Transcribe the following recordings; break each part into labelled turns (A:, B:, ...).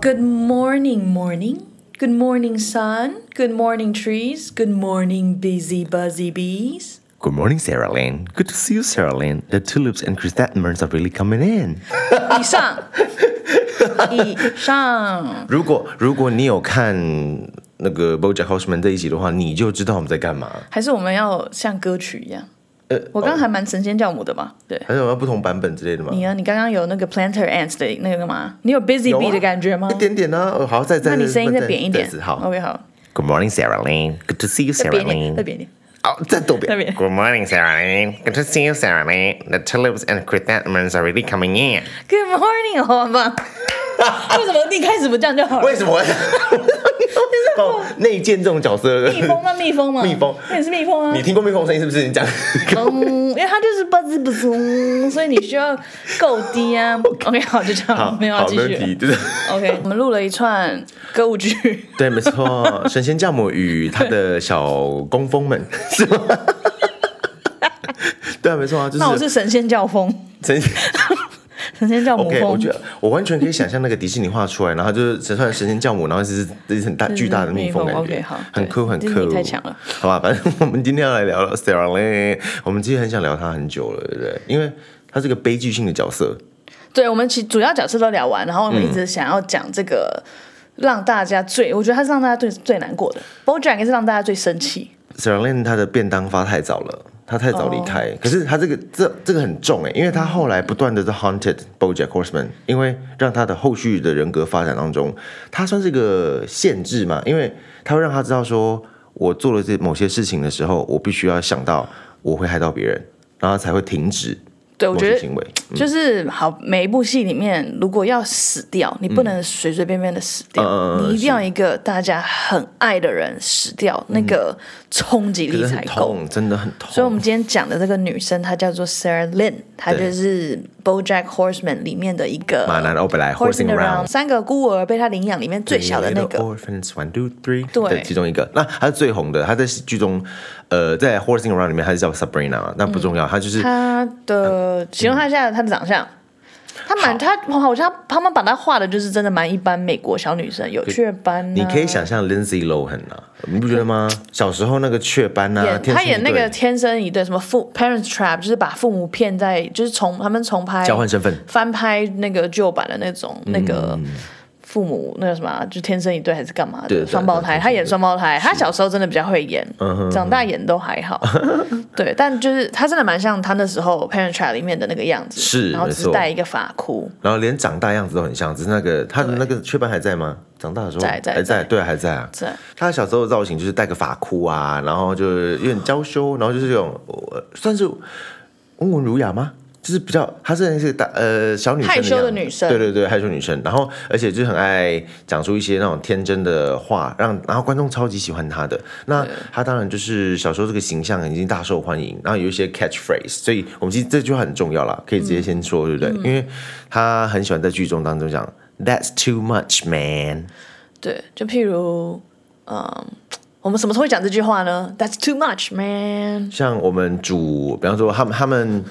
A: Good morning, morning. Good morning, sun. Good morning, trees. Good morning, busy, buzzy bees.
B: Good morning, Sarah Lynn. Good to see you, Sarah Lynn. The tulips and chrysanthemums are really coming in.
A: 以上，以上，
B: 如果如果你有看那个 BoJack Horseman 这一集的话，你就知道我们在干嘛。
A: 还是我们要像歌曲一样。
B: 呃，
A: 我刚刚还蛮神仙教母的嘛，对。
B: 还有不同版本之类的吗？
A: 你呢？你刚刚有那个 planter ants 的那个吗？你有 busy
B: 有啊
A: bee 的感觉吗？
B: 一点点呢、啊。好，再再。
A: 那你声音再扁一点
B: 再。好。
A: OK，好，
B: Good morning, Sarah Lynn. Good to see you,
A: 再
B: Sarah
A: 扁一点，再
B: Lynn.
A: 扁一点。
B: 哦，再多
A: 再扁。
B: 扁 Good morning, Sarah Lynn. Good to see you, Sarah Lynn. The tulips and chrysanthemums are really coming in.
A: Good morning，好 棒。为什么一开始不这样就好了？
B: 为什么？哦，内建这种角色，
A: 蜜蜂吗？蜜蜂吗？
B: 蜜蜂
A: 那也是蜜蜂啊
B: 你。听过蜜蜂声音是不是？你讲。
A: 嗯， 因为它就是不滋不滋，所以你需要够低 啊。OK，好，就这
B: 好，
A: 样，没有要
B: 好
A: 继
B: 没问
A: 续了。
B: 题，就是。
A: OK，我们录了一串歌舞剧，
B: 对，没错，神仙教母与他的小工蜂们， 是吗？对啊，没错啊，就
A: 那我
B: 是
A: 是神仙教 风，
B: 神仙。
A: 神仙教母
B: OK，我
A: 风
B: 觉。得我完全可以想象那个迪士尼画出来，然后 就是神算神仙教母，然后就是一只很大巨大的蜜蜂
A: 蜜
B: 感
A: 蜂
B: 觉
A: OK，好
B: 很
A: 对
B: 酷很
A: 迪士
B: 酷
A: 尼，太强了。
B: 好吧，反正我们今天要来聊聊 Sarah Lane，我们其实很想聊她很久了，对不对？因为她是个悲剧性的角色，
A: 对，我们其主要角色都聊完，然后我
B: 嗯
A: 们一直想要讲这个。让大家最，我觉得他是让大家最最难过的。BoJack 也是让大家最生气，
B: Sarah Lynn 她的便当发太早了，她太早离开。
A: 哦
B: 可是她这个这这个很重哎、因为
A: 嗯
B: 她后来不断的在 haunted BoJack Horseman，因为让她的后续的人格发展当中，她算是个限制嘛，因为她会让她知道说，我做了这某些事情的时候，我必须要想到我会害到别人，然后才会停止
A: 对我
B: 某
A: 觉
B: 些
A: 得
B: 行为。
A: 就是好，每一部戏里面，如果要死掉，你不能随随便便的死掉，
B: 嗯嗯嗯
A: 你一定要一个大家很爱的人死掉，那个冲击
B: 嗯可
A: 力
B: 是
A: 才
B: 很
A: 够。
B: 痛，真的很痛。
A: 所以，我们今天讲的这个女生，她叫做 Sarah Lynn，她
B: 对
A: 就是 BoJack Horseman 里面的一个
B: 马兰欧哦本来 horsing around
A: 三个孤儿被她领养里面最小的那
B: Little
A: 个。
B: Orphans One Two Three
A: 对
B: 的其中一个。那他是最红的，他在剧中，呃，在 Horsing Around 里面，他是叫 Sabrina 嘛，那不重要，他就是
A: 她的形容她一下她的长相，她蛮她好像他们把她画的就是真的蛮一般美国小女生，有雀斑、啊。
B: 你可以想象 Lindsay Lohan 啊，你不觉得吗？小时候那个雀斑啊，
A: 嗯演
B: 天
A: 他
B: 生一对
A: 演那个《天生一对》什么父 Parents Trap，就是把父母骗在，就是重他们重拍
B: 交换身份
A: 翻拍那个旧版的那种、那个父母那个什么啊，就天生一对还是干嘛
B: 对对
A: 的双胞胎，
B: 对嗯
A: 他演双胞胎，他小时候真的比较会演，长大演都还 好，对，但就是他真的蛮像他那时候 Parents Trap 里面的那个样子，
B: 是
A: 然后只
B: 没
A: 是
B: 错
A: 戴一个发箍，
B: 然后连长大样子都很像，只是那个他的那个雀斑还在吗？长大的时候
A: 在在
B: 还在，
A: 在
B: 对，还在啊。
A: 在
B: 他小时候的造型就是戴个发箍啊，然后就是有点娇羞，然后就是这种呃算是温文儒雅吗？就是比较，她真的是大呃小女生
A: 害羞的
B: 样子
A: 女生
B: 对对对，害羞女生。然后而且就是很爱讲出一些那种天真的话，让然后观众超级喜欢她的。那她当然就是小时候这个形象已经大受欢迎，然后有一些 catchphrase，所以我们其实这句话很重要啦，可以直接先说，对
A: 嗯
B: 不对？因为她很喜欢在剧中当中讲 "That's too much, man"。
A: 对，就譬如嗯。我们什么时候会讲这句话呢？That's too much, man。
B: 像我们煮，比方说他们他们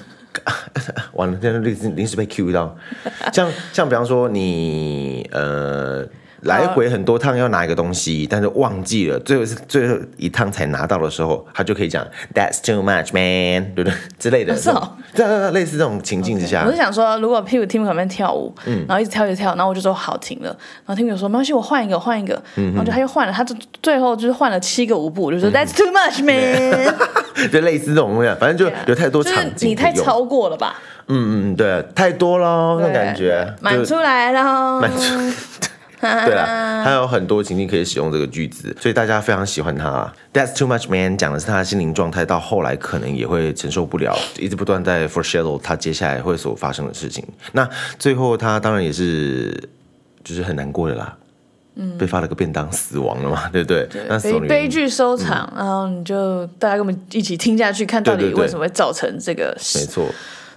B: 完了，现在临时临时被 Q 到，像像比方说你呃来回很多趟要拿一个东西，但是忘记了，最后是最后一趟才拿到的时候，他就可以讲 That's too much, man，对不对？之类的，
A: 是哦
B: 这种，对对对，类似这嗯种情境之下
A: 我是想说，如果譬如 Tim 旁边跳舞，然后一直跳一直跳，然后我就说好停了，然后 Tim 就说没关系，我换一个，我换一个，
B: 嗯
A: 然后就他又换了，他就最后就是换了七个舞步，我就说 That's too much man，
B: 就类似这种东西啊，反正就 有太多
A: 就
B: 场
A: 是
B: 景可以
A: 你太
B: 用
A: 超过了吧，
B: 嗯嗯，对，太多喽，那种感觉，
A: 对满
B: 就
A: 出来了，
B: 满出对
A: 啊
B: 啦，它有很多情境可以使用这个句子，所以大家非常喜欢它。That's too much, man，讲的是他的心灵状态，到后来可能也会承受不了，一直不断在 foreshadow 他接下来会所发生的事情。那最后他当然也是，就是很难过的啦，嗯，被发了个便当，死亡了嘛，对不对？那死
A: 悲
B: 亡的原
A: 悲
B: 因，嗯
A: 剧收场，然后你就大家跟我们一起听下去，看到底
B: 对对对
A: 为什么会造成这个
B: 没错。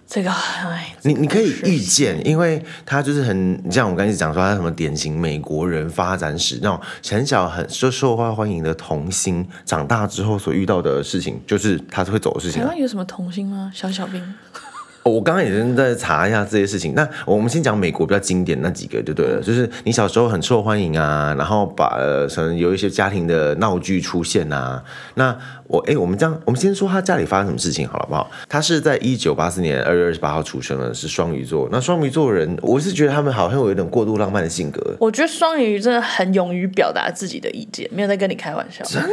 A: 这个哎，
B: 你你可以预啊见，因为他就是很，你像我们刚才讲说，他什么典型美国人发展史那种很小很受受欢迎的童星，长大之后所遇到的事情，就是他会走的事情
A: 台
B: 啊、
A: 湾有什么童星吗？小小兵，
B: 哦我刚刚也正在查一下这些事情。那我们先讲美国比较经典那几个就对了，就是你小时候很受欢迎啊，然后把呃可能有一些家庭的闹剧出现啊。那我哎，我们这样，我们先说他家里发生什么事情好了，好不好？他是在一九八四年二月二十八号出生的，是双鱼座。那双鱼座人，我是觉得他们好像有一点过度浪漫的性格。
A: 我觉得双鱼真的很勇于表达自己的意见，没有在跟你开玩笑。真的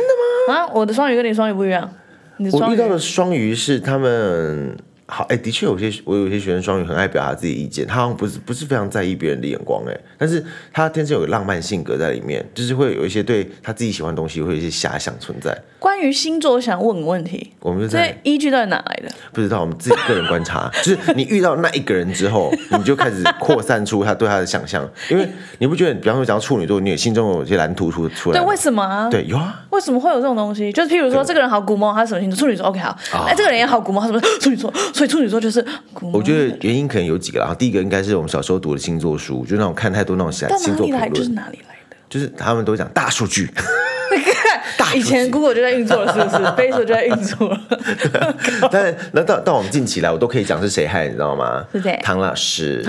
A: 吗？啊，我的双鱼跟你双鱼不一样，你的
B: 我
A: 双
B: 遇
A: 鱼
B: 到的双鱼是他们好哎、的确有些我有些学生双鱼很爱表达自己意见，他好像不是不是非常在意别人的眼光哎、但是他天生有个浪漫性格在里面，就是会有一些对他自己喜欢的东西会有一些遐想存在。
A: 关于星座，我想问个问题，
B: 我们就
A: 这
B: 在
A: 依据到底哪来的？
B: 不知道我们自己个人观察， 就是你遇到那一个人之后，你就开始扩散出他对他的想象，因为你不觉得，比方说讲到处女座，你也心中有些蓝图出出来
A: 对，
B: 吗，
A: 为什么啊？
B: 对有啊，
A: 为什么会有这种东西？就是譬如说，这个人好古猫，他什么星座？处女座。OK，好。哎、这个人也好古猫，他什么处女座？所以处女座就是古猫。
B: 啊我觉得原因可能有几个啦。第一个应该是我们小时候读的星座书，就那种看太多那种星
A: 到
B: 星
A: 哪
B: 座
A: 里
B: 评
A: 来就是
B: 论，
A: 哪里来的。
B: 就是他们都讲大数据，
A: 以前 Google 就在运作了，是 不是？Facebook 就在运作了。
B: 但那到到我们近期来，我都可以讲是谁害，你知道吗？
A: 是谁
B: 唐老师，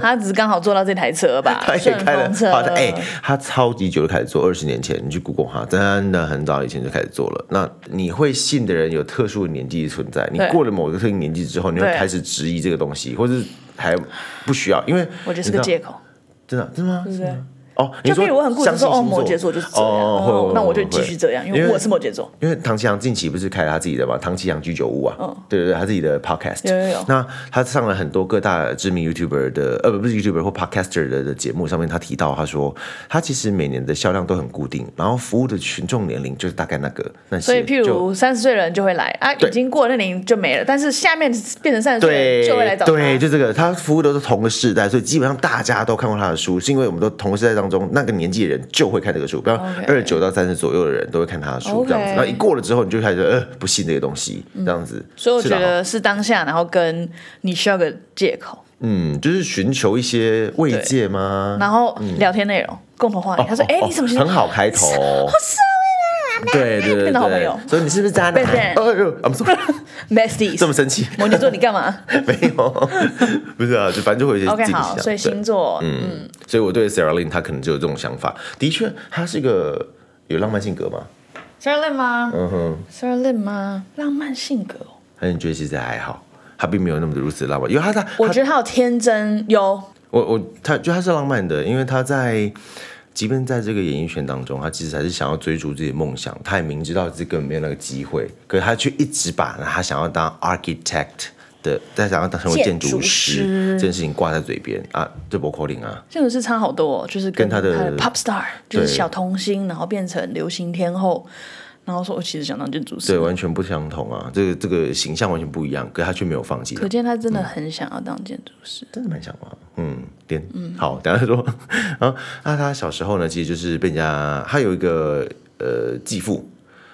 A: 他只是刚好坐到这台车吧
B: 他，也
A: 顺
B: 开了，
A: 风车。
B: 好的，哎、他超级久就开始做，二十年前你去 Google 他，真的很早以前就开始做了。那你会信的人有特殊的年纪存在，你
A: 对
B: 过了某一个特定年纪之后，你会
A: 对
B: 开始质疑这个东西，或者是还不需要，因为
A: 我觉得是
B: 你知
A: 个
B: 道
A: 借口，
B: 真的真的吗？
A: 对不对？
B: 哦，你
A: 就
B: 说
A: 譬如我很固执
B: 相信
A: 说，哦，
B: 星座
A: 摩羯座就是这样，
B: 哦会会
A: 哦
B: 会
A: 那我就
B: 会
A: 继续这样，因为
B: 因为
A: 我是摩羯座。
B: 因为唐奇阳近期不是开了他自己的嘛，唐奇阳居酒屋啊，对对对，他自己的 podcast，
A: 嗯有有有
B: 那他上了很多各大知名 YouTuber 的，呃，不不是 YouTuber 或 podcaster 的的节目上面，他提到他说，他其实每年的销量都很固定，然后服务的群众年龄就是大概那个那些，
A: 所以，譬
B: 就
A: 如三十岁的人就会来啊，已经过了那年龄就没了，但是下面变成三十岁的人
B: 对
A: 就会来找他。
B: 对，就这个，他服务都是同个世代，所以基本上大家都看过他的书，是因为我们都同个世代当中那个年纪的人就会看这个书，比方
A: 哦 OK
B: 二十九到三十左右的人都会看他的书
A: OK 嗯
B: 这样子，然后一过了之后，你就开始呃不信这个东西这样子，
A: 所以我
B: 是
A: 觉
B: 的哈
A: 得是当下，然后跟你需要个借口，
B: 嗯，就是寻求一些慰藉吗？
A: 然后聊天内容、共同话题。他说：“哎、
B: 哦
A: 你怎么星座
B: 很好开头？ 我是对对对
A: 变得哎好朋友
B: 对，所以你是不是渣男
A: 变？变
B: 哦呦 ，I'm sorry，这
A: ？Besties，
B: 么生气？
A: 摩羯座你干 嘛
B: 没有，不是啊，就反正就会有一些
A: ？OK，
B: 惊喜啊
A: 好，。所以
B: 对
A: 星座，嗯，
B: 嗯，所以我对 Sarah Lynn 她可能就有这种想法。的确，她是个有浪漫性格吗？
A: s a r a Lynn 吗？嗯哼 s a r a Lynn 吗？浪漫性格哦，
B: 还是你觉得其实还好？她并没有那么的如此浪漫，因为她她
A: 我觉得他有天真，有
B: 我我他就他是浪漫的，因为他在即便在这个演艺圈当中，他其实还是想要追逐自己的梦想。他也明知道自己根本没有那个机会，可是他却一直把他想要当 architect 的，他想要当成为
A: 建
B: 建筑
A: 筑
B: 师
A: 师
B: 这件事情挂在嘴边啊，这波 calling 啊，
A: 这个是差好多、哦，就是
B: 跟他的
A: 的 pop star，就是
B: 对
A: 小童星，然后变成流行天后，然后说我哦其实想当建筑
B: 对，
A: 师。
B: 完全不相同啊，这个这个形象完全不一样，可是他却没有放弃，
A: 可见他真的很想要当建筑师。
B: 真的蛮想的，嗯，点，好，等一下说。 然后，那他小时候呢，其实就是被人家，他有一个呃继父，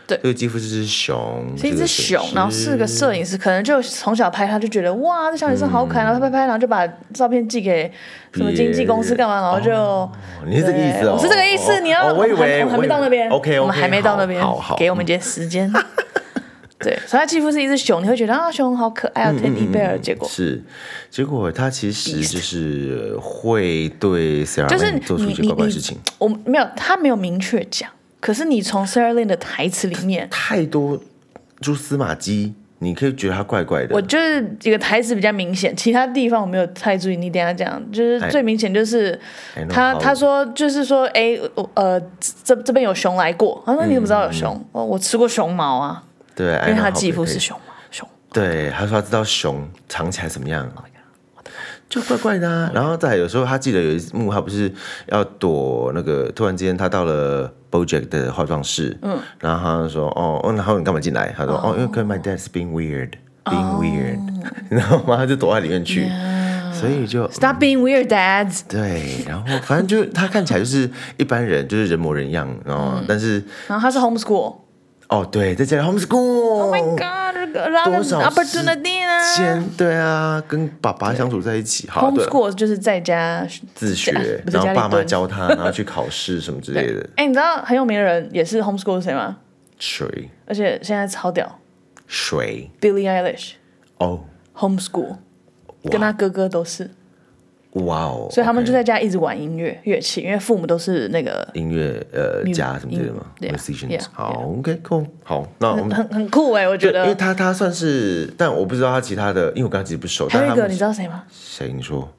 A: 对
B: 这个继父是只熊，
A: 是一只
B: 个
A: 熊，
B: 摄
A: 然后
B: 影师
A: 是个摄影师，可能就从小拍他就觉得哇，这小女生好可爱，然
B: 嗯
A: 后拍拍拍，然后就把照片寄给什么经纪公司干嘛，然后就、
B: 哦你是这个意思哦，
A: 我是这个意思，
B: 哦
A: 你要、
B: 哦我以为
A: 我们还
B: 我
A: 没
B: 以为
A: 到那边
B: OK，
A: 我们还没到那边，
B: 好好，
A: 给我们一点时 间。对，所以他几乎是一只熊，你会觉得啊，熊好可爱
B: 嗯
A: 啊，teddy bear，结果。
B: 是，结果他其实就是会对 Sarah
A: 就是
B: Lynn
A: 你
B: 做出一些
A: 你
B: 怪怪的
A: 你
B: 事情，
A: 我没有，他没有明确讲，可是你从 Sarah Lynn 的台词里 面，
B: 太多蛛丝马迹，你可以觉得他怪怪的。
A: 我就是几个台词比较明显，其他地方我没有太注意。你等一下讲，就是
B: 哎
A: 最明显就是
B: 哎那
A: 他
B: 好
A: 他说就是说，哎、我呃，这这边有熊来过，他说你怎么知道有熊？哦，我吃过熊毛啊，
B: 对，
A: 因为
B: 嗯哎那
A: 他
B: 好
A: 继父
B: 可以
A: 是熊毛，熊。
B: 对，他说他知道熊藏起来怎么
A: Oh
B: 样，就怪怪的、啊。然后再来有时候他记得有一幕，他不是要躲那个，突然之间他到了 BoJack 的化妆室，嗯，然后他就说，哦，哦，然后你干嘛进来？他说，
A: Oh
B: 哦，因为跟 my dad's being weird。Being weird，、然 后妈就躲在里面去所以就
A: Stop being weird, dads。
B: 对，然后反正就他看起来就是一般人，就是人模人样，然后、
A: 嗯
B: 但是
A: 然后他是 homeschool。
B: 哦，对，在家里 homeschool，Oh
A: Oh my god, a lot
B: 多
A: of
B: 少时
A: opportunity 呢
B: 间对啊，跟爸爸相处在一起，好对了
A: ？homeschool 就是在家
B: 自学，
A: 啊不是
B: 然后
A: 家里
B: 爸妈
A: 蹲
B: 教 他，然后去考试什么之类的。
A: 哎、你知道很有名的人也是 homeschool 是谁吗？
B: 水
A: 而且现在超屌
B: 水
A: ，Billie Eilish。
B: 哦，
A: homeschool，
B: 哇
A: 跟他哥哥都是，
B: 哇哦，
A: 所以他们
B: OK
A: 就在家一直玩音乐乐器，因为父母都是那个
B: 音乐呃家什么之类的吗
A: 音
B: m u
A: 对啊
B: s i c i a n
A: yeah，
B: s 好，OK，cool，好，那我们
A: 很很酷哎、我觉
B: 对，因
A: 得。
B: 为他他算是，但我不知道他其他的，因为我跟他其实不熟，
A: 还有
B: 但他
A: 一个
B: 们
A: 你知道谁吗？
B: 谁？你说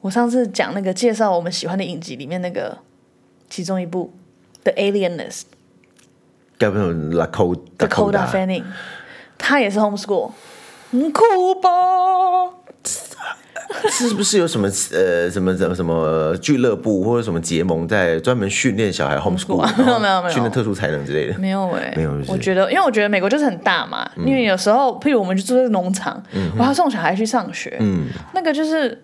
A: 我上次讲那个介绍我们喜欢的影集里面那个其中一部《The Alienist
B: 该不是 Lakota》
A: ，Dakota Fanning，他也是 homeschool，很酷吧？
B: 是不是有什么呃什么什么什么俱乐部或者什么结盟在专门训练小孩 homeschool？
A: 没有
B: 然后
A: 没有没有
B: 训练特殊才能之类的。
A: 没有哎、
B: 没有是不嗯是
A: 我觉得，因为我觉得美国就是很大嘛，因为有时候，譬如我们就住在农场，
B: 嗯
A: 我还要送小孩去上学，那个就是，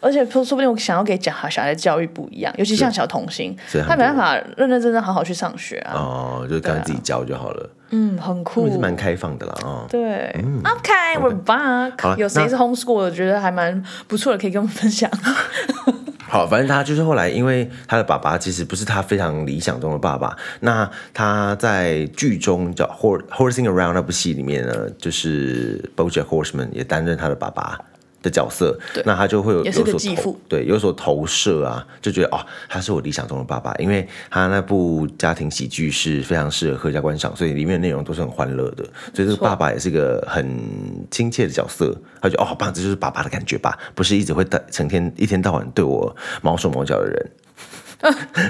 A: 而且说说不定我想要给小孩小孩的教育不一样，尤其像小童星
B: 是，很
A: 他没办法认认真真好好去上学啊，
B: 哦，就是刚才自己教就好了，
A: 嗯，很酷
B: 啊也，是蛮开放的啦哦。
A: 对、o k we're back
B: 好了
A: 有谁
B: 那
A: 是 homeschool？我觉得还蛮不错的，可以跟我们分享。
B: 好，反正他就是后来，因为他的爸爸其实不是他非常理想中的爸爸。那他在剧中叫《Hor Horsing Around》那部戏里面呢，就是 BoJack Horseman 也担任他的爸爸的角色。那他就会有
A: 也是个
B: 有
A: 继
B: 所
A: 父
B: 投对有所投射啊，就觉得哦，他是我理想中的爸爸，因为他那部家庭喜剧是非常适合合家观赏，所以里面的内容都是很欢乐的。所以这个爸爸也是个很亲切的角色，他就觉得哦，好棒，这就是爸爸的感觉吧，不是一直会带成天一天到晚对我毛手毛脚 的人，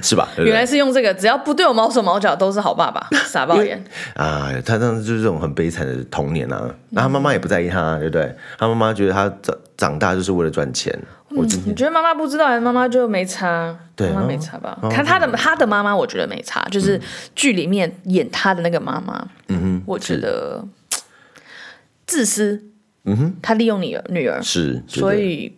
B: 是吧？对不对
A: 原来是用这个，只要不对我毛手毛脚都是好爸爸，傻爆眼。
B: 啊，他当时就是这种很悲惨的童年啊。那他妈妈也不在意他，对不对？他妈妈觉得他长长大就是为了赚钱。我真
A: 你觉得妈妈不知道，还是妈妈就没差？
B: 对
A: 妈
B: 妈
A: 妈
B: 妈
A: 没差吧？看她的她的妈妈，我觉得没差，
B: 嗯
A: 就是剧里面演她的那个妈妈，嗯哼，我觉得嘖自私，嗯哼，她利用你儿女儿，
B: 是，
A: 所
B: 对不对
A: 以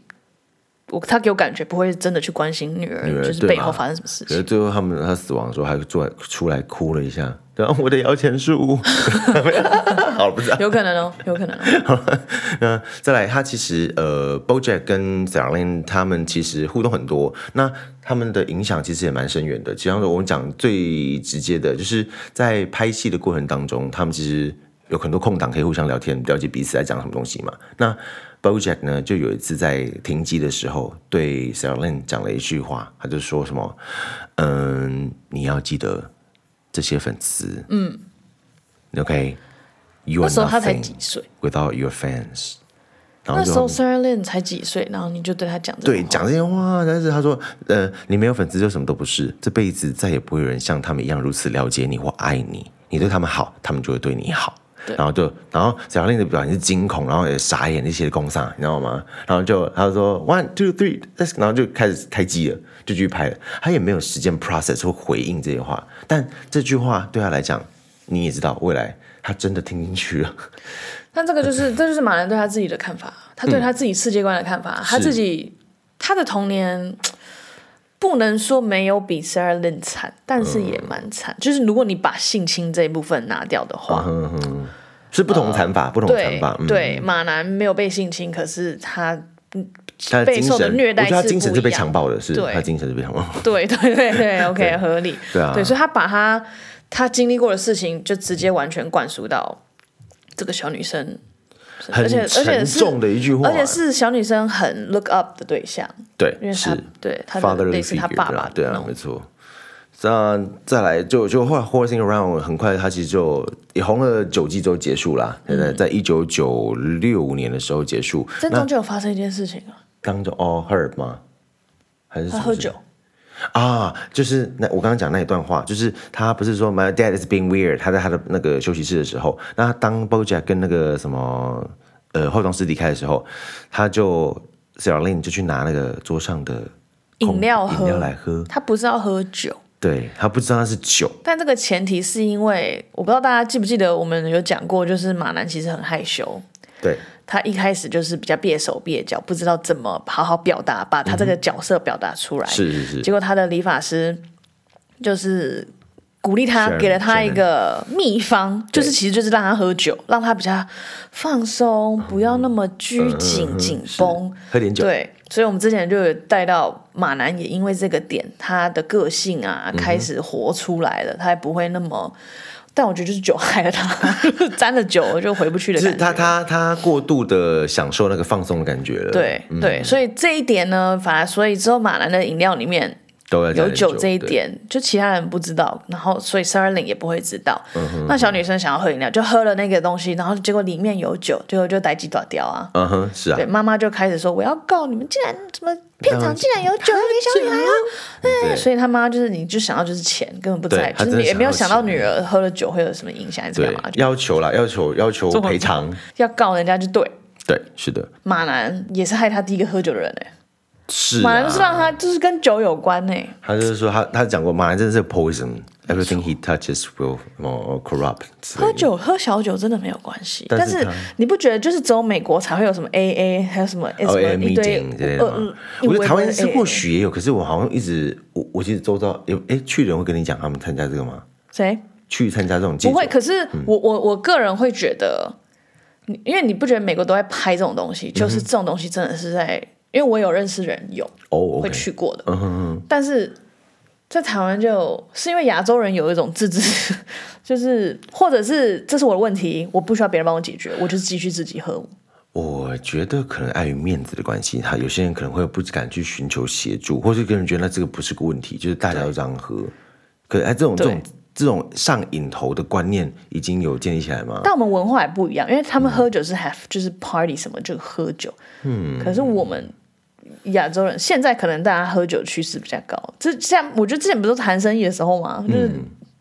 A: 我她给我感觉不会真的去关心女儿，
B: 女儿
A: 就是
B: 对
A: 背
B: 吧
A: 后发生什么事
B: 可是
A: 情。
B: 最后他们他死亡的时候还出来出来哭了一下，对啊，我的摇钱 树，好了不是、啊，
A: 有可能哦，有可能 哦。
B: 那再来他其实呃，BoJack 跟 s a r l i n 他们其实互动很多，那他们的影响其实也蛮深远的。其实我们讲最直接的，就是在拍戏的过程当中，他们其实有很多空档可以互相聊天，了解彼此在讲什么东西嘛。那 BoJack 呢，就有一次在停机的时候，对 s a r l i n 讲了一句话，他就说什么，嗯，你要记得这些粉丝，嗯，OK。You
A: 那
B: are
A: 时候她才
B: nothing
A: 几岁？
B: without your fans。然后
A: 那
B: 就
A: 时候 Sarah Lynn 才几岁，然后你就对她讲这种
B: 对
A: 话
B: 讲这些话，但是他说，呃，你没有粉丝就什么都不是，这辈子再也不会有人像他们一样如此了解你或爱你。你对他们好，他们就会对你好。然后就，然后小令的表情是惊恐，然后也傻眼那些工伤，你知道吗？然后就他就说 one two three，let's- 然后就开始开机了，就继续拍了。他也没有时间 process 或回应这些话，但这句话对他来讲，你也知道，未来他真的听进去了。
A: 但这个 就是，这就是马兰对他自己的看法，他对
B: 嗯
A: 他自己世界观的看法，他自己他的童年不能说没有比 Sarah Lynn 惨，但是也蛮惨。
B: 嗯
A: 就是如果你把性侵这一部分拿掉的话，
B: 是不同惨法，不同嗯惨
A: 呃对、
B: 法。嗯、
A: 对，马兰没有被性侵，可是他
B: 他的
A: 备
B: 精
A: 受的
B: 神，
A: 虐待
B: 我觉得他
A: 是
B: 精神
A: 不
B: 是
A: 一
B: 被
A: 样
B: 强暴的，是
A: 对
B: 他精神是被强暴的。
A: 对对对 对，OK 合理，
B: 对啊
A: 所以他把他他经历过的事情就直接完全灌输到这个小女生。
B: 很
A: 而且而且
B: 沉
A: 是
B: 重的一句话
A: 而且是小女生很 look up 的对象，
B: 对
A: 因，为
B: 是
A: 他对他的
B: fatherly
A: 类似
B: figure，
A: 他爸爸
B: 对啊，对
A: 那
B: 啊
A: 种
B: 没错。那再来就就后来 Horsing Around 很快，他其实就也红了九季之后结束啦，在在一九九六年的时候结束。
A: 嗯这中间有发生一件事情啊，
B: 当中哦，Herb 吗？还是什
A: 他
B: 么
A: 喝
B: 事
A: 酒，
B: 啊，就是那我刚刚讲那一段话，就是他不是说 My dad is being weird，他在他的那个休息室的时候，那当 BoJack 跟那个什么呃后同事离开的时候，他就 s a r l i n 就去拿那个桌上的空
A: 饮料喝
B: 饮料来喝，
A: 他不是要喝酒，
B: 对他不知道那是酒，
A: 但这个前提是因为我不知道大家记不记得我们有讲过，就是马南其实很害羞，
B: 对
A: 他一开始就是比较蹩手蹩脚，不知道怎么好好表达，把他这个角色表达出来。
B: 嗯是是
A: 结
B: 是，
A: 果他的理发师就是鼓励他，
B: Sharon，
A: 给了他
B: Sharon
A: 一个秘方，就是其实就是让他喝酒，让他比较放松，不
B: 嗯
A: 要那么拘谨紧绷。
B: 喝点酒，
A: 对，所以我们之前就有带到马南，也
B: 嗯
A: 因为这个点，他的个性啊开始活出来了，他也不会那么。但我觉得就是酒害了他， 沾了酒我就回不去的
B: 就是
A: 感觉。
B: 他他他过度的享受那个放松的感觉了，嗯
A: 对、对，所以这一点呢，反而所以之后马兰的饮料里面
B: 都要加
A: 有
B: 点
A: 酒这一
B: 对
A: 点，就其他人不知道，然后所以 s a r l i n 也不会知道。
B: 嗯
A: 那小女生想要喝饮料，就喝了那个东西，然后结果里面有酒，结果就逮鸡爪掉啊。
B: 嗯哼，是啊
A: 对，，妈妈就开始说：“我要告你们，竟然怎么片场竟然有酒给小女孩啊！”对，所以他妈就是你就想到就是钱，根本不在乎，
B: 对
A: 就
B: 她
A: 是
B: 真
A: 你
B: 的
A: 也没有
B: 想
A: 想到
B: 要
A: 女儿喝了酒会有什么影响，还是干
B: 对
A: 嘛？，就
B: 要求啦，要求要求
A: 做
B: 赔偿，
A: 要告人家就对。
B: 对，是的，
A: 马男也是害他第一个喝酒的人哎、
B: 是
A: 马男是
B: 啊，
A: 让他就是跟酒有关哎、
B: 他就是说他他讲过，马来真的是 poison。Everything he touches will more corrupt 之
A: 喝
B: 类的。
A: 酒喝小酒真的没有关系，但
B: 但是
A: 是
B: 他
A: 你不觉得就是只有美国才会有什么 AA，还有什么什
B: O
A: 么
B: M
A: 一堆
B: 哦 meeting 之类的
A: 呃，
B: 吗
A: 嗯？
B: 我觉得台湾是
A: 一堆 AA
B: 或许
A: 哎
B: 也有，可是我好像一直我我其实周遭有哎去的人会跟你讲他们参加这个吗？
A: 谁
B: 去参加这种嗯戒
A: 不会？
B: 酒
A: 可是我我我个人会觉得，你因为你不觉得美国都在拍这种东西，
B: 嗯
A: 就是这种东西真的是在，因为我有认识人有
B: 哦
A: 会
B: ，OK，
A: 去过的，
B: 嗯哼哼，
A: 但是在台湾就是因为亚洲人有一种自制， 就是或者是这是我的问题，我不需要别人帮我解决，我就继续自己喝。
B: 我觉得可能碍于面子的关系，他有些人可能会不敢去寻求协助，或是个人觉得那这个不是个问题，就是大家都这样喝。可哎，这种这
A: 对
B: 种这种上瘾头的观念已经有建立起来吗？
A: 但我们文化也不一样，因为他
B: 嗯
A: 们喝酒是 have 就是 party 什么就喝酒，嗯，可是我们。亚洲人现在可能大家喝酒趋势比较高，这像我觉得之前不是都谈生意的时候嘛，就是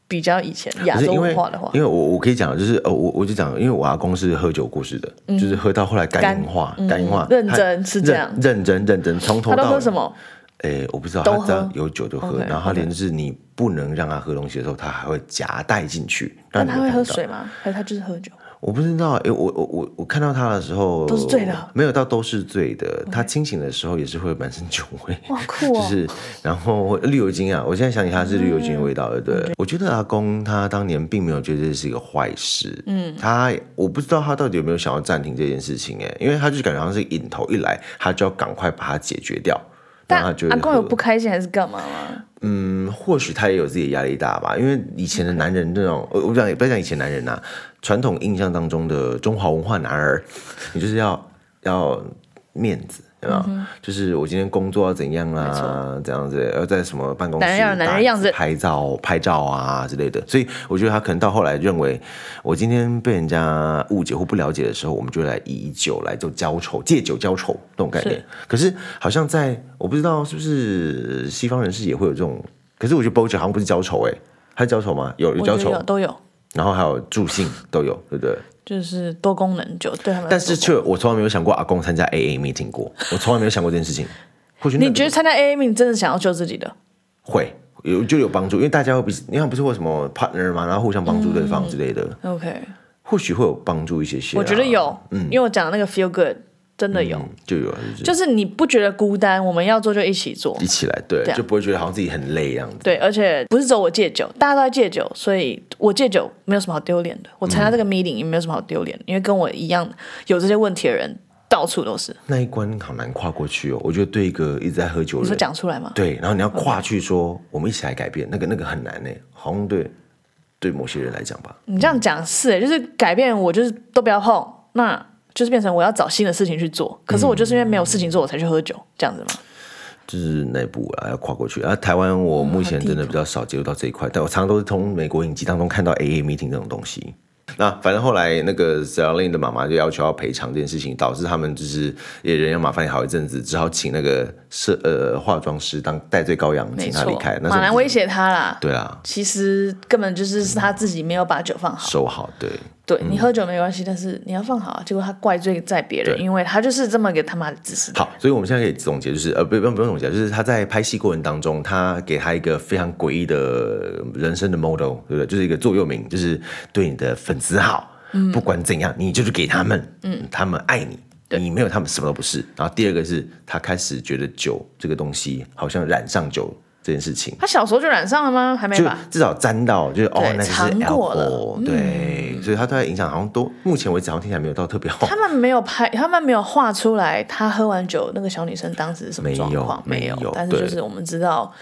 A: 比较以前亚
B: 嗯可是
A: 洲
B: 因为
A: 文化的话
B: 因，为我我可以讲，就是呃，我我就讲，因为我阿公是喝酒过世的，就是喝到后来
A: 嗯
B: 肝
A: 肝嗯
B: 硬化，肝硬化，
A: 认
B: 他
A: 真是这
B: 认
A: 样
B: 认真认真，从头
A: 他都
B: 到
A: 喝
B: 尾
A: 什么？
B: 诶，我不知道，
A: 都
B: 他只要
A: 喝
B: 有酒就喝，
A: OK，
B: 然后他连就是你不能让他喝东西的时候，他还会夹带进去，
A: 但
B: 让你
A: 他
B: 有
A: 会
B: 看
A: 喝
B: 到。
A: 水吗？还是他就是 喝酒？
B: 我不知道，诶，我我我我看到他的时候
A: 都是醉的，
B: 没有到都是醉的，他清醒的时候也是会满身酒味。
A: 哇酷
B: 就
A: 哦！
B: 是，然后绿油精啊，我现在想起它是绿油精的味道，对不
A: 嗯
B: 对？我觉得阿公他当年并没有觉得这是一个坏事，嗯，他我不知道他到底有没有想要暂停这件事情，哎，因为他就感觉好像是瘾头一来，他就要赶快把它解决掉，然
A: 但
B: 后他就会
A: 阿公有
B: 喝
A: 不开心还是干嘛吗？
B: 嗯，或许他也有自己的压力大吧，因为以前的男人那种，我我不讲也不要讲以前男人呐、传统印象当中的中华文化男儿，你就是要要面子。有没
A: 嗯
B: 有就是我今天工作要怎样啊，这样子，要在什么办公室
A: 男人要有男人
B: 打一
A: 样子
B: 次拍照、拍照啊之类的。所以我觉得他可能到后来认为，我今天被人家误解或不了解的时候，我们就来以酒来做交愁，借酒浇愁那种概念
A: 是。
B: 可是好像在我不知道是不是西方人士也会有这种，可是我觉得 BoJack 好像不是交愁哎、欸，他是交愁吗？有有
A: 我觉
B: 交
A: 得
B: 愁
A: 有，都有，
B: 然后还有助兴都有，对不 对？
A: 就是多功能酒对他们来说。
B: 但是却我从来没有想过阿公参加 AA meeting 过，我从来没有想过这件事情。或许那
A: 你觉得
B: 个
A: 参加 AA 你真的想要救自己的？
B: 会有就有帮助，因为大家会彼此，你看不是会有什么 partner 嘛，然后互相帮助对方之类的，
A: OK，
B: 或许会有帮助一些些、
A: 嗯
B: 啊
A: 我觉得，有，因为我讲的那个 feel good 真的有，
B: 嗯，就有了，就是
A: 就是你不觉得孤单，我们要做就一起做
B: 一。起来，对，
A: 对啊
B: 就不会觉得好像自己很累一样子。
A: 对，而且不是走我戒酒，大家都在戒酒，所以我戒酒没有什么好丢脸的。我参加
B: 嗯
A: 这个 meeting 也没有什么好丢脸，因为跟我一样有这些问题的人到处都是。
B: 那一关好难跨过去哦，我觉得对一个一直在喝酒
A: 你
B: 的
A: 说
B: 人，
A: 讲出来吗？
B: 对，然后你要跨去说我们一起来改变，那个那个很难呢，好像对对某些人来讲吧，
A: 你这样讲是、欸，就是改变我就是都不要碰，那就是变成我要找新的事情去做。可是我就是因为没有事情做，我才去喝酒，这样子吗？
B: 就是那一步啊要跨过去。啊，台湾我目前真的比较少接触到这一块，但我常常都是从美国影集当中看到 AA meeting 这种东西。那反正后来那个 Celine 的妈妈就要求要赔偿这件事情，导致他们就是也人要麻烦你好一阵子，只好请那个设呃化妆师当戴罪羔羊，
A: 没
B: 请
A: 错
B: 他离开。，那时
A: 马
B: 候
A: 兰
B: 我
A: 威
B: 们是
A: 胁他啦。
B: 对啊，
A: 其实根本就是是他自己没有把酒放好。
B: 收好对。
A: 对你喝酒没关系，但是你要放好啊。结果他怪罪在别人，
B: 对
A: 因为他就是这么给他妈的自私的。
B: 好，所以我们现在可以总结，就是呃，不用不用总结，就是他在拍戏过程当中，他给他一个非常诡异的人生的 model，对不对？就是一个座右铭，就是对你的粉丝好，
A: 嗯
B: 不管怎样，你就是给他们，嗯，他们爱你。你没有他们什么都不是。然后第二个是他开始觉得酒这个东西好像染上酒这件事情，
A: 他小时候就染上了吗？还没
B: 就
A: 吧？
B: 至少沾到，就是哦
A: 对，
B: 那个是
A: 尝过了嗯
B: alcohol，对，所以他对他影响好像都目前为止好像听起来没有到特别好。
A: 他们没有拍，他们没有画出来，他喝完酒那个小女生当时是什么状况？
B: 没
A: 有
B: 有没有
A: 但是就
B: 对
A: 是我们知道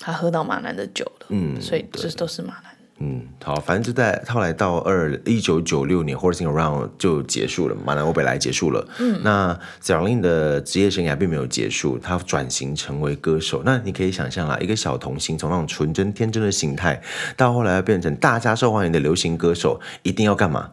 A: 他喝到马兰的酒了，嗯，所以这都是马兰。
B: 嗯，好，反正就在后来到二一九九六年《Horsing Around》就结束了，马南欧北来结束了。嗯，那 c e l i n 的职业生涯并没有结束，她转型成为歌手。那你可以想象啊啦，一个小童星从那种纯真天真的形态，到后来变成大家受欢迎的流行歌手，一定要干嘛？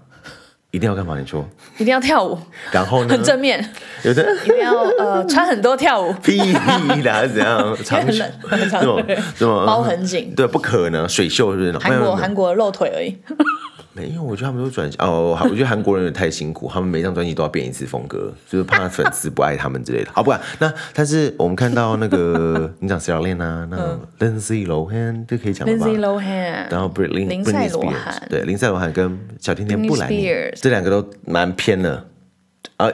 B: 一定要干嘛？你说，
A: 一定要跳舞，
B: 然后呢？
A: 很正 面，
B: 有的
A: 一定要呃穿很多跳舞，
B: 屁啦，怎样？长
A: 很
B: 袖
A: 冷， 很
B: 那种
A: 长腿，
B: 那种
A: 包很紧。
B: 对，不可能，水袖是不是？没
A: 韩
B: 有没有
A: 国韩国露腿而已，
B: 没有，我觉得他们都转哦，我觉得韩国人也太辛苦，他们每张专辑都要变一次风格，就是怕粉丝不爱他们之类的。好，不管那，但是我们看到那个你讲 c e l i n 啊，
A: 嗯
B: 那 Lindsay Lohan 这可以讲了吧
A: Lindsay Lohan，
B: 然后 Britney
A: 林赛
B: Britney
A: 罗
B: Spears，
A: 涵
B: 对，林赛罗涵跟小甜甜
A: Britney
B: 布兰妮
A: Spears
B: 这两个都蛮偏的，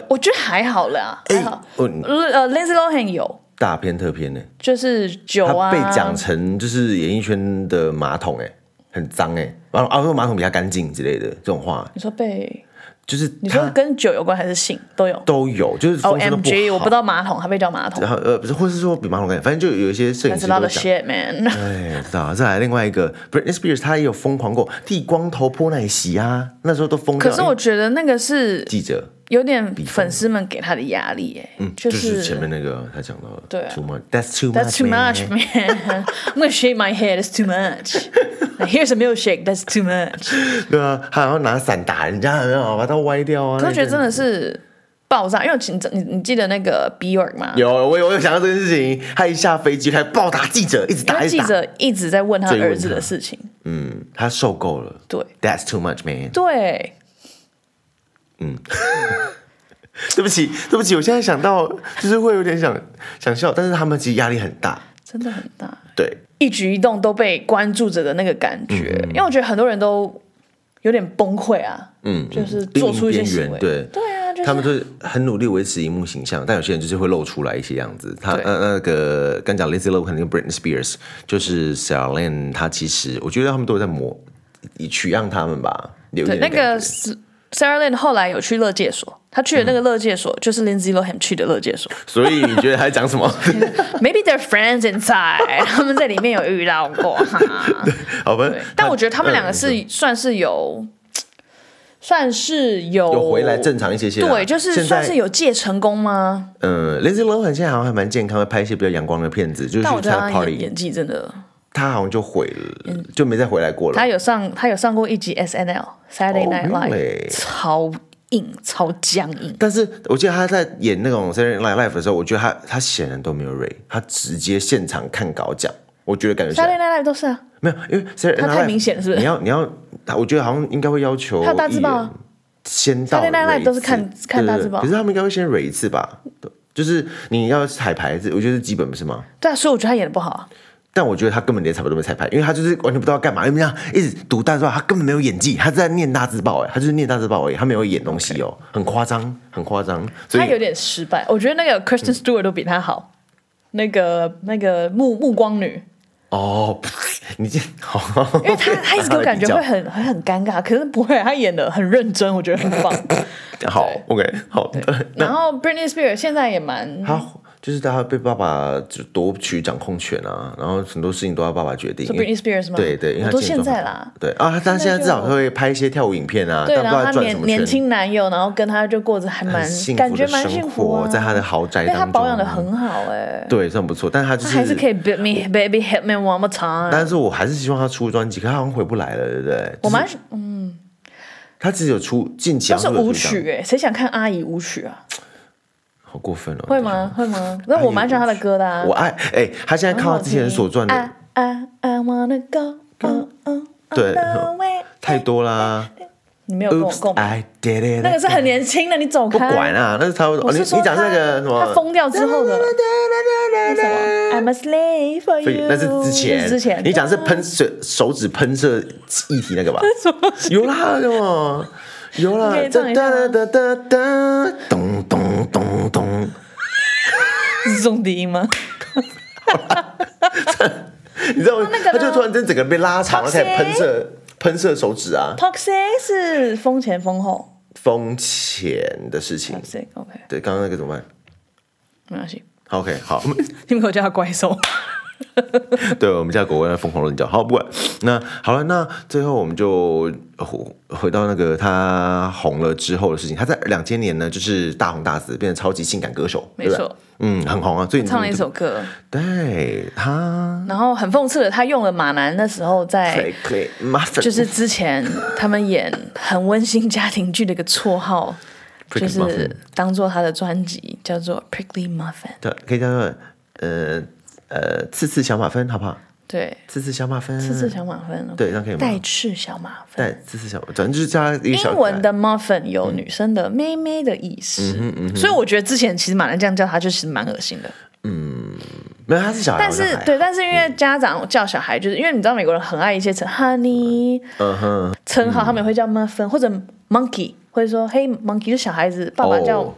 A: 我觉得还好啦，还好。
B: 哦，
A: 呃，Lindsay Lohan 有，
B: 大偏特偏呢、
A: 就是酒
B: 他
A: 啊，
B: 被讲成就是演艺圈的马桶哎、很脏哎、然后啊说马桶比较干净之类的这种话，
A: 你说被
B: 就是
A: 你说
B: 他
A: 跟酒有关还是性都有
B: 都有，就是
A: ？O
B: 风声都
A: M
B: 不
A: G，我不知
B: 好
A: 道马桶，他被叫马桶
B: 然后呃，不是，或是说比马桶干净，反正就有一些摄影
A: ，That's
B: 师
A: a
B: 都
A: lot
B: 会
A: of
B: 讲。
A: shit, man。
B: 哎，知道，再来另外一个 Britney Spears，她也有疯狂过剃光头泼奶洗啊，那时候都疯 掉。
A: 可是我觉得那个是
B: 记者，
A: 有点粉丝们给他的压力，哎，就
B: 嗯就是前面那个他讲到的，
A: 对啊
B: ，too much，that's too
A: That's too
B: man
A: much, man. I'm gonna shake my head. That's too much. Like, Here's a milkshake. That's too much.
B: 对啊，他好像拿伞打人家，有没有把他歪掉啊？
A: 我觉得真
B: 的
A: 的是爆炸，因为你你你记得那个 Bjork 吗？
B: 有，我有我有想到这件事情，他一下飞机开始暴打记者，一直
A: 因
B: 打，
A: 为
B: 一直
A: 记
B: 打，
A: 者一直在问他
B: 追问
A: 儿子
B: 他
A: 的事情。
B: 嗯，他受够了
A: 对
B: ，that's too much man。
A: 对，
B: 对不起，对不起，我现在想到就是会有点想想笑，但是他们其实压力很大，
A: 真的很大，
B: 对。
A: 一举一动都被关注着的那个感觉。
B: 嗯
A: 因为我觉得很多人都有点崩溃啊，嗯，就是做出一些
B: 边
A: 行
B: 缘
A: 为，
B: 对
A: 对啊，就是
B: 他们就是很努力维持荧幕形象，但有些人就是会露出来一些样子。他
A: 对
B: 那那个刚讲 Lizzy Lohan 跟 Britney Spears，就是 c e l i n 她其实我觉得他们都有在模取样他们吧，有一
A: 对那
B: 点点感
A: 个
B: 觉
A: Sarah Lynn 后来有去乐界所，她去的那个乐界所、就是 Lindsay Lohan 去的乐界所。
B: 所以你觉得他在 讲什么？
A: Maybe they're friends inside，他 们在里面有遇到过哈。
B: 好吧
A: 对，但我觉得他们两个
B: 嗯
A: 是算是有，算是有
B: 呃有回来正常一些些啦。
A: 对，就是
B: 现在
A: 算是有借成功吗？
B: 嗯，Lizzy Lohan 现在好像还蛮健康，会拍一些比较阳光的片子，就是
A: 但我
B: 她
A: 觉得
B: 的
A: 他演
B: party，
A: 演技真的，
B: 她好像就毁了，就没再回来过了
A: 他。有上他有上过一集 S N L Saturday Night
B: Oh,
A: Live，、
B: really？
A: 超硬超僵硬，
B: 但是我记得他在演那种《Saturday Night Live》的时候，我觉得他他显然都没有 r 他直接现场看稿讲，我觉得感觉起
A: Saturday
B: 来
A: Night Live 都是啊，
B: 没有，因为 Saturday Night
A: 他
B: Live
A: 太明显了是不是
B: 你要你要，我觉得好像应该会要求
A: 还有大字报
B: 艺
A: 啊
B: 人先到
A: Saturday Night Live
B: 蕊一次
A: 都是看看
B: 对对
A: 大
B: 对
A: 字报
B: 可是他们应该会先 r 一次吧？对就是你要彩排，这我觉得是基本不是吗？
A: 对啊，所以我觉得他演的不好啊。
B: 但我觉得他根本连彩排都没彩排，因为他就是完全不知道要干嘛，因为这样一直读大字报，他根本没有演技，他是在念大字报哎，他就是念大字报而已，他没有演东西哦，很夸张，很夸张，所
A: 他
B: 以嗯
A: 有点失败。我觉得那个 Kristen Stewart 都比他好，那个那个目目光女，
B: 哦， 你这好，
A: 因为他他一直给我感觉会很会很尴尬，可是不会，他演的很认真，我觉得 很棒。
B: 好，OK，好的。
A: 然后 Britney Spears 现在也蛮
B: 他就是他被爸爸就夺取掌控权啊，然后很多事情都要爸爸决定。因为
A: Britney Spears 吗？
B: 对对，因为
A: 我
B: 他
A: 都
B: 经济
A: 现在
B: 状况
A: 啦。
B: 对啊，他现在
A: 就
B: 至少会拍一些跳舞影片啊，
A: 对，
B: 但不
A: 然后
B: 知道他
A: 他
B: 赚什
A: 年
B: 么
A: 年
B: 圈。
A: 轻男友，然后跟他就过着还蛮
B: 幸
A: 感
B: 福
A: 觉
B: 的
A: 蛮幸
B: 生
A: 福
B: 活，
A: 啊，
B: 在他的豪宅
A: 被他
B: 当
A: 保养的
B: 中，
A: 很好哎，
B: 对，算不错。但他就
A: 他还是可以 beat me baby hit me one more time。
B: 但是我还是希望他出专辑，可他好像回不来了，对不对？
A: 我
B: 就是
A: 蛮
B: 他只有出近期
A: 都
B: 好
A: 是
B: 像
A: 舞
B: 有出一张，
A: 曲哎，谁想看阿姨舞曲啊？
B: 好过分哦！
A: 会吗？会吗？那我蛮喜欢他的歌的啊。
B: 我爱哎，他现在靠他之前所赚的嗯
A: I I I wanna go on on on
B: 对
A: the way
B: 太多啦。
A: 你 没有跟我
B: Oops,
A: 共鸣，
B: I did it。
A: 那个是很年轻的，你走
B: 不
A: 开。
B: 管啊，那是差不多。
A: 我
B: 哦你
A: 是
B: 你
A: 说
B: 讲那个什么？
A: 他疯掉之后的那什么 I'm a slave for
B: 所以
A: you，
B: 那是之 前，
A: 那是之前
B: 你讲是喷水手指喷射液体那 个吧？有啦，有啊，有啦
A: 你可以，唱一下
B: 哒
A: 吗
B: 哒哒哒，咚咚咚咚。
A: 是中低音吗？
B: 你知道吗
A: 哦那个呢
B: 他就突然间整个被拉长，然后
A: Toxic
B: 开始喷射喷射手指啊，
A: Toxic 是风前风后
B: 风前的事情。
A: ，Toxic OK
B: 对，刚刚那个怎么办
A: 没关系，
B: 好？OK，好，
A: 你们可以叫他怪兽，
B: 对，我们家狗狗在疯狂乱叫。好，不管那好了，那最后我们就回回到那个他红了之后的事情。他在两千年呢，就是大红大紫，变成超级性感歌手，
A: 没
B: 对吧
A: 错，
B: 嗯，很红啊。最近
A: 唱了一首歌，
B: 对他哎
A: 然后很讽刺的，他用了马男那时候 在。
B: 可以麻烦
A: 就是之前他们演很温馨家庭剧的一个绰号，就
B: Prickly Muffin
A: 是当做他的专辑叫做 Prickly Muffin。
B: 对，可以叫做呃呃刺刺小马芬，好不好？
A: 对，
B: 刺刺小马芬，
A: 刺刺小马芬，
B: 嗯对，这样可以吗？
A: 带刺小马芬。
B: 对，刺刺小，反正就是叫他一个小嗯
A: 英文的 muffin 有女生的妹妹的意思，所以我觉得之前其实马来这样叫他，就其实蛮恶心的。
B: 没有，他是小孩，
A: 但
B: 我觉
A: 是
B: 得还好嗯
A: 对，但是因为家长叫小孩，就是因为你知道美国人很爱一些称 honey，称
B: 嗯
A: 号他们也会叫 muffin 或者 monkey，或者说 hey monkey，就小孩子爸爸叫
B: 哦，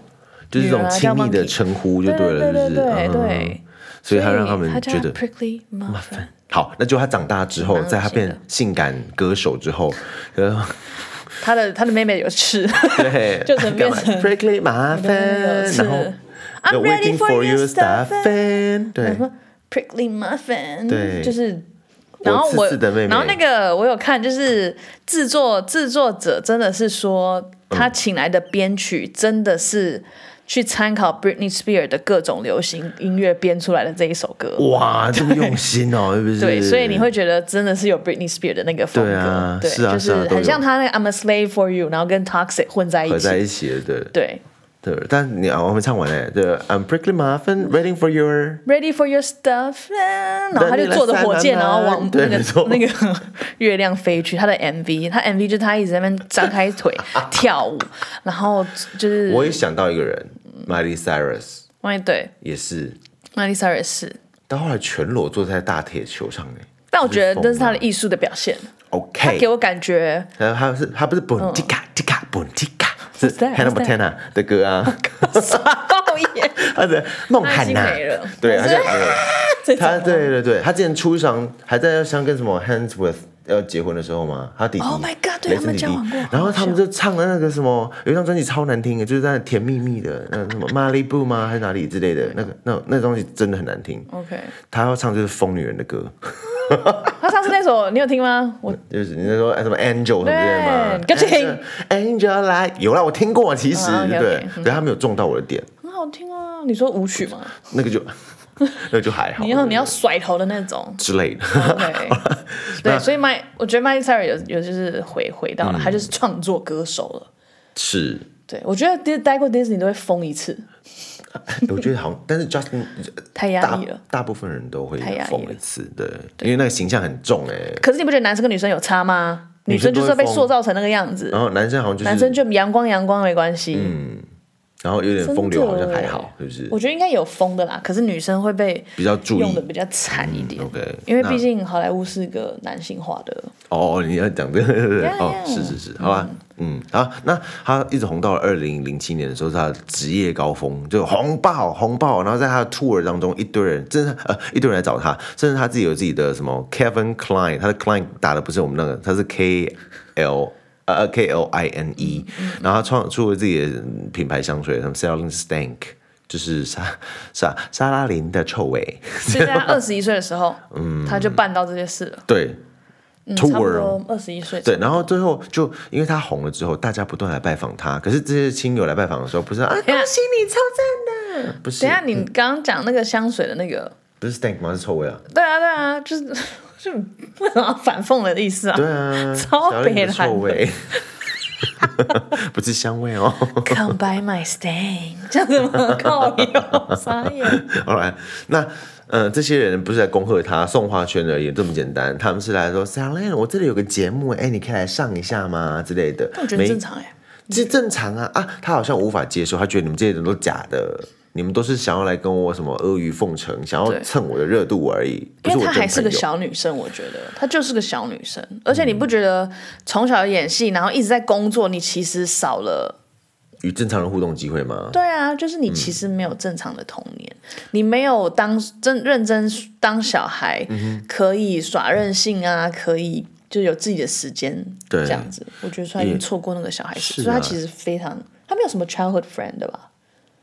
B: 就是这种亲密的称呼就
A: 对
B: 了，
A: 对
B: 是不
A: 对
B: 是？
A: 对
B: 嗯
A: 对，
B: 所以他让他们
A: 叫
B: 觉得
A: prickly muffin，
B: 好，那就他长大之后，
A: 蛮恶
B: 在他
A: 心
B: 变
A: 的
B: 性感歌手之后，呃，
A: 他的他的妹妹有吃
B: 对，
A: 就怎么
B: 干嘛
A: 变成
B: prickly 麻烦，
A: 有吃
B: 然后
A: I'm
B: waiting
A: ready for
B: for you
A: you stuffing，
B: stuffing，对
A: 什，么 prickly muffin，
B: 对
A: 就是。然后我，
B: 我刺刺的妹妹
A: 然后那个我有看，就是制作制作者真的是说，
B: 嗯
A: 他请来的编曲真的是去参考 Britney Spears 的各种流行音乐编出来的这一首歌。
B: 哇，这么用 心哦，是不是？
A: 对，所以你会觉得真的是有 Britney Spears 的那个风格，
B: 对啊
A: 对
B: 是啊
A: 就是
B: 啊都有
A: 很像他那个 I'm a slave for you，然后跟 Toxic 混在一
B: 合
A: 起，
B: 在一起了，对
A: 对
B: 对，但你啊，我们唱完了，对，I'm prickly 麻烦，waiting for your。
A: ，Ready for your stuff，然啊后他就坐着火箭，
B: 对
A: 然后往
B: 啊对
A: 那个
B: 没错
A: 那个 月亮飞去。他的 MV，他 MV 就是他一直在那边张开腿 跳舞，然后就是
B: 我也想到一个人，Miley Cyrus
A: 万一对
B: 也是，
A: Miley Cyrus 是，
B: 到后来全裸坐在大铁球上呢。
A: 但我觉得这是他的
B: 疯
A: 艺术的表现，
B: OK，
A: 他给我感觉
B: 然后他是他不是
A: 嗯
B: Bontica Tica Bontica 是
A: What's that?
B: Hannah
A: What's that?
B: Montana 的歌 啊，
A: 傻爆眼，
B: 他的梦涵
A: 他
B: 娜
A: 已经没了，
B: 对，
A: 他
B: 他
A: 是
B: 现在没了
A: 这种
B: 他对对对，他之前出场还在像跟什么 Hands with 要结婚的时候嘛，他弟弟
A: Oh my God，对
B: 雷森
A: 他们
B: 弟弟
A: 交往过
B: 然后
A: 好
B: 他们
A: 笑
B: 就唱了那个什么，有一张专辑超难听的，就是在甜蜜蜜的，那什么马里布吗还是哪里之类的，那个那那东西真的很难听。
A: OK，
B: 他要唱就是疯女人的歌，
A: 他上次那首你有听吗？我
B: 就是你在说哎什么 Angel 什么之类的嘛，哎
A: 对你跟
B: Angel 来有啦，我听过其实
A: 啊，OK，OK，
B: 对
A: 嗯，
B: 对他没有中到我的点，
A: 很好听啊，你说舞曲吗？
B: 那个就 那个就还好，
A: 你要你要甩头的那种。
B: 之类的。
A: OK，对，所以麦，我觉得麦 y c y r 有有就是回回到
B: 嗯
A: 了，他就是创作歌手了。
B: 是，
A: 对，我觉得待待过 Disney 都会疯一次，
B: 我觉得好像，但是 Justin
A: 太压
B: 大
A: 抑了。
B: 大部分人都会
A: 太压抑
B: 疯
A: 了
B: 一次，对，因为那个形象很重哎、
A: 可是你不觉得男生跟女生有差吗？女生
B: 女
A: 就
B: 生
A: 是要被
B: 都会疯嗯
A: 塑造成那个样子，
B: 然后男生好像就是
A: 男生就阳光阳光没关系。
B: 然后有点风流，
A: 真的
B: 好像还好，是不嗯是？
A: 我觉得应该有疯的啦，可是女生会被
B: 比较注
A: 用的
B: 意嗯
A: 比较惨一点，
B: ，OK，
A: 因为
B: 那
A: 毕竟好莱坞是个男性化的。
B: 哦，你要讲这个
A: Yeah,
B: 哦，
A: yeah
B: 是是是，好吧，嗯，好，那他一直红到了二零零七年的时候，是他的职业高峰，就红爆红爆，然后在他的 tour 当中，一堆人，真的呃一堆人来找他，甚至他自己有自己的什么 Kevin Klein，他的 Klein 打的不是我们那个，他是 K L。呃，K L I N E，然后他创出了自己的品牌香水，什么 Selling Stank，就是沙沙沙拉林的臭味。
A: 所以在他二十一岁的时 候，他就办到这些事了，
B: 对
A: 嗯差不
B: 嗯，Tour 哦
A: 多二十一岁。
B: 对，然后最后就因为他红了之后，大家不断来拜访他。可是这些亲友来拜访的时候，不是啊，
A: 等一下
B: 恭喜你超赞的，不是嗯
A: 等一，下，你刚刚讲那个香水的那个，
B: 不是 stank 吗？是臭味啊。
A: 对啊，对啊，就是 就为什么要反讽的意思啊？
B: 对啊，
A: 超
B: 小李的
A: 北
B: 臭
A: 兰
B: 味， 不是香味哦。
A: Come by my stain，这样子吗？靠腰，傻眼。
B: 好来，那呃，这些人不是来恭贺他送花圈而已，这么简单，他们是来说 s a l e n 我这里有个节目，哎，你可以来上一下吗？之类的。
A: 我觉得
B: 没
A: 正常哎、
B: 这正常啊啊！他好像无法接受，他觉得你们这些人都假的，你们都是想要来跟我什么阿谀奉承，想要
A: 对
B: 蹭我的热度而已，不
A: 因
B: 我
A: 为她
B: 真
A: 还是
B: 朋
A: 个
B: 友。
A: 小女生，我觉得她就是个小女生，而且你不觉得从小演戏，然后一直在工作，你其实少了。
B: 与正常人互动机会吗？
A: 对啊，就是你其实没有正常的童年，你没有当真认真当小孩，可以耍任性啊，可以就有自己的时间，
B: 对
A: 这样子，我觉得说他已经错过那个小孩子，
B: 是
A: 所
B: 啊
A: 以他其实非常，他没有什么 childhood friend 的吧？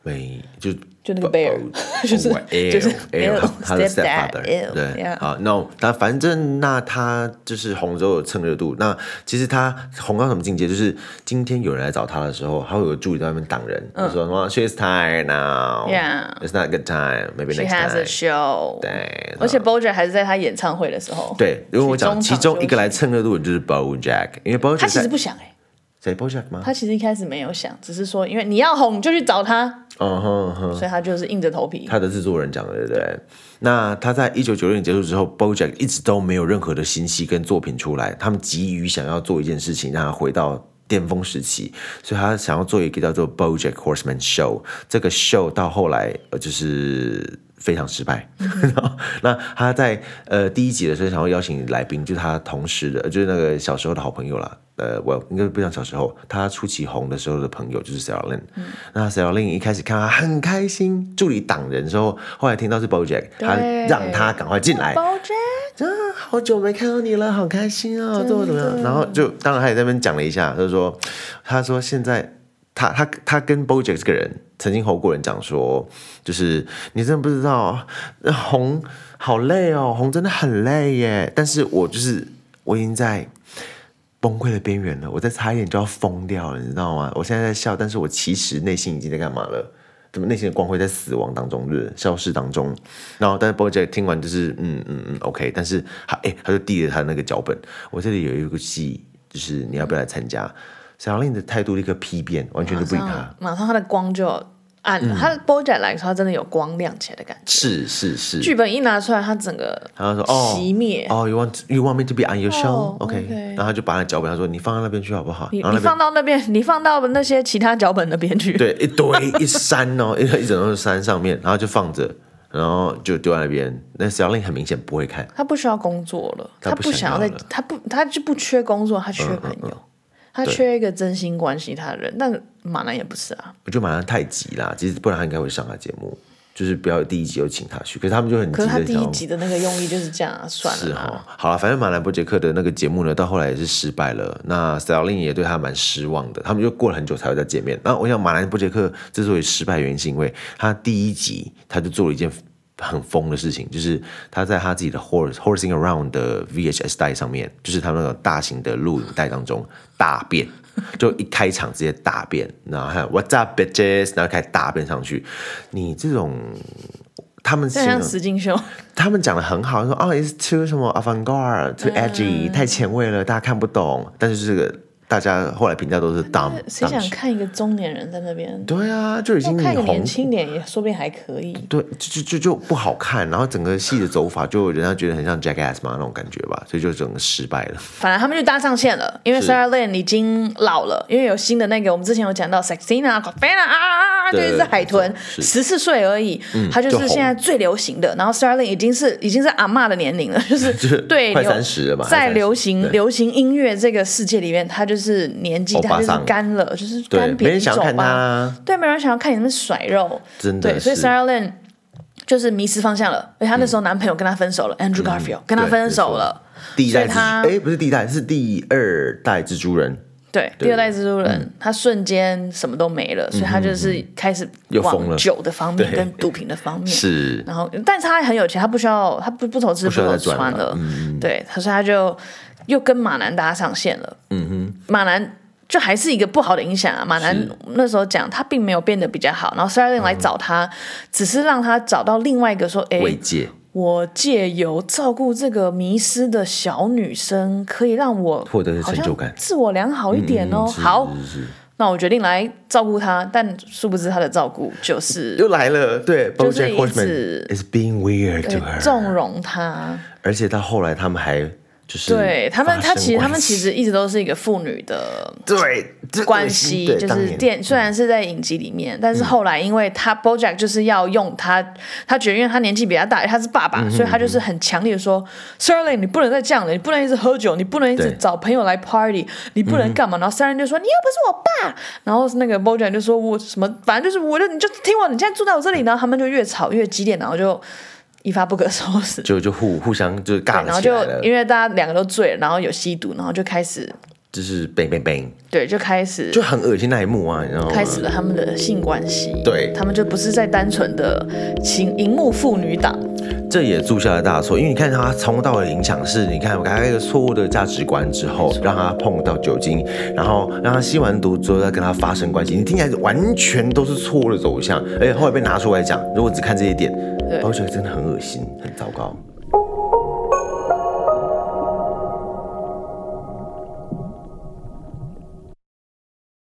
B: 没，就哦
A: 就那个
B: oh,
A: bear，就是就是
B: L 他的
A: stepdad，
B: stepfather，
A: ew，
B: 对
A: yeah，
B: 好，no，那反正那他就是红之后有蹭热度，那其实他红到什么境界？就是今天有人来找他的时候，他会有助理在外面挡人，就说什么 she's tired
A: 嗯 Yeah
B: now，it's not a good time，maybe
A: She
B: next
A: has a
B: time。
A: show，
B: 对
A: 而且 BoJack 还是在他演唱会的时候，
B: 对，因为我讲
A: 去
B: 其
A: 中场
B: 中一
A: 休息
B: 个来蹭热度的就是 BoJack，因为 BoJack
A: 他其实
B: 在
A: 不想哎、
B: 谁 BoJack 吗？
A: 他其实一开始没有想，只是说因为你要哄你就去找他，
B: 嗯哼嗯哼。
A: 所以他就是硬着头皮。
B: 他的制作人讲的，对不对？那他在一九九六年结束之后，BoJack 一直都没有任何的新戏跟作品出来，他们急于想要做一件事情，让他回到。巅峰时期，所以他想要做一个叫做 BoJack Horseman Show。这个 show 到后来呃就是非常失败。 那他在呃第一集的时候想要邀请来宾，就是他同时的，呃就是那个小时候的好朋友啦。呃，我应该不讲小时候，他初期红的时候的朋友就是 Sarah Lynn、那 Sarah Lynn 一开始看他很开心，助理挡人之后，后来听到是 BoJack，他
A: 对
B: 让他赶快进来。
A: BoJack，
B: 啊，好久没看到你了，好开心哦，怎么怎么样？然后就当然他也在那边讲了一下，就是说，他说现在他他他跟 BoJack 这个人曾经吼过人讲说，就是你真的不知道呃红好累哦，红真的很累耶，但是我就是我已经在。崩溃的边缘了，我再差一点就要疯掉了，你知道吗？我现在在笑，但是我其实内心已经在干嘛了？怎么内心的光辉在死亡当中，就是消失当中。然后，但是 BoJack 听完就是嗯嗯嗯，OK，但是他哎、他就递了他那个脚本，我这里有一个戏，就是你要不要来参加？小令的态度立刻批变，完全就不理他。嗯
A: 马上他的光就暗了。他 BoJack 来的时候，他真的有光亮起来的感觉。
B: 是是是，
A: 剧本一拿出来，他整个
B: 他就说哦，
A: 熄灭
B: 哦，you want you want me to be on your show？OK，、
A: 哦，OK
B: 然后他就把他脚本，他说你放到那边去好不好？
A: 你
B: 然后
A: 你
B: 那边
A: 放到那边，你放到那些其他脚本那边去。
B: 对，一堆一山哦，一 一整座山上面，然后就放着，然后就丢在那边。那小令很明显不会看，
A: 他不需要工作了，
B: 他
A: 他
B: 不
A: 想
B: 想要
A: 要再
B: 了，嗯
A: 他不，他就不缺工作，他缺朋友，他缺一个真心关心他的人。但马南也不是啊，
B: 我就马上太急啦，其实不然他应该会上他节目，就是不要第一集就请他去，可是他们就很急
A: 可是他
B: 的
A: 第
B: 想
A: 一
B: 要。
A: 集的那个用意就是这样啊，算
B: 是
A: 了
B: 哦
A: 啦。，
B: 好了，反正马兰伯杰克的那个节目呢，到后来也是失败了。那 s t a l i n 也对他蛮失望的，他们就过了很久才会再见面。那我想马兰伯杰克之所以失败，原因是因为他第一集他就做了一件很疯的事情，就是他在他自己的 horse horsing around 的 VHS 带上面，就是他们那种大型的录影带当中大便。 就一开场直接大便，然后还有 What's up bitches，然后开始大便上去。你这种，他们
A: 就
B: 形
A: 像
B: 容
A: 石敬秀，
B: 他们讲的很好，说啊、i t s too 什么 avant-garde,
A: 嗯
B: too edgy，、太前卫了，大家看不懂。但是这个大家后来评价都是 dumb，
A: 谁
B: dumb
A: 想
B: shit
A: 看一个中年人在那边？
B: 对啊，就已经
A: 我看一个
B: 很红
A: 年，轻点也说不定还可以。
B: 对，就就就就不好看。然后整个戏的走法就人家觉得很像 jackass 嘛那种感觉吧，所以就整个失败了。
A: 反正他们就搭上线了，因为 Sarah Lynn 已经老了，因为有新的那个，我们之前有讲到 Sexina、c o f i n a 啊啊啊，就
B: 对
A: 是海豚，
B: 是嗯
A: 十四岁而已，她就
B: 就是红
A: 现在最流行的。然后 Sarah Lynn 已经是已经是阿嬷的年龄了，就是
B: 就是
A: 对
B: 快
A: 流
B: 30了吧快
A: 在
B: 30
A: 流行
B: 对
A: 流行音乐这个世界里面，她就是年纪
B: 欧巴
A: 她就是
B: 桑
A: 干了，就是
B: 对
A: 干
B: 没
A: 扁
B: 人想
A: 走
B: 看她
A: 吧
B: 啊？
A: 对，没人想要看你们甩肉，
B: 真的
A: 对，所以
B: 是嗯
A: Sarah Lynn 就是迷失方向了，而且她那时候男朋友跟她分手了，Andrew Garfield 跟她
B: 对没
A: 分
B: 错
A: 手了。
B: 第一代
A: 所以
B: 蜘
A: 他
B: 蛛，哎，不是第一代，是第二代蜘蛛人。
A: 对，第二代蜘蛛
B: 嗯
A: 人，他瞬间什么都没了，所以他就是开始
B: 又疯了
A: 往酒的方面
B: 对
A: 跟毒品的方面。
B: 是，
A: 然后，但是他很有钱，他不需要，他不不愁吃
B: 不需要
A: 愁
B: 再赚
A: 穿
B: 了嗯
A: 了。对，他说他就又跟马南搭上线了。嗯哼，马南就还是一个不好的影响啊。马南那时候讲他并没有变得比较好，然后 s a r l i n
B: 嗯
A: 来找他，只是让他找到另外一个说，哎，
B: 慰藉，
A: 我借由照顾这个迷失的小女生，可以让我
B: 获得成就感嗯
A: 好像自我良好一点哦。好，那我决定来照顾她，但殊不知她的照顾就是
B: 又来了。对
A: 就是
B: ，BoJack
A: 一直
B: Horseman is being weird
A: 对
B: to her。
A: 纵容她。
B: 而且到后来他们还就是
A: 对他们，
B: 发
A: 她
B: 生
A: 其实他们
B: 关系
A: 其实一直都是一个父女的
B: 对这
A: 关
B: 恶心
A: 系
B: 对，
A: 就
B: 当
A: 是
B: 年嗯
A: 电虽然是在影集里面，但是后来因为他 BoJack 就是要用他，他觉得因为他年纪比较大，他是
B: 嗯
A: 爸爸，所以他就是很强烈的说 s i r l i n 你不能再这样了，你不能一直喝酒，你不能一直
B: 对
A: 找朋友来 party，你不能干嘛？然后 s i r l i n 就说你又不是我爸，然后那个 BoJack 就说我什么，反正就是我就你就听我，你现在住在我这里，
B: 嗯
A: 然后他们就越吵越激烈，然后就一发不可收拾。
B: 就就互互相就是尬
A: 对，然
B: 了
A: 后
B: 起
A: 就
B: 来了
A: 因。为大家两个都醉了，然后有吸毒，然后就开始
B: 就是 bang bang bang，
A: 对，就开始
B: 就很恶心那一幕啊，你知道吗？
A: 开始了他们的性关系，
B: 对
A: 他们就不是再单纯的情荧幕妇女档，
B: 这也铸下了大错，因为你看他从头到尾的影响是，你看我给他一个错误的价值观之后，让他碰到酒精，然后让他吸完毒之后再跟他发生关系，你听起来完全都是错误的走向，而且后来被拿出来讲，如果只看这一点，
A: 对
B: 我会觉得真的很恶心，很糟糕。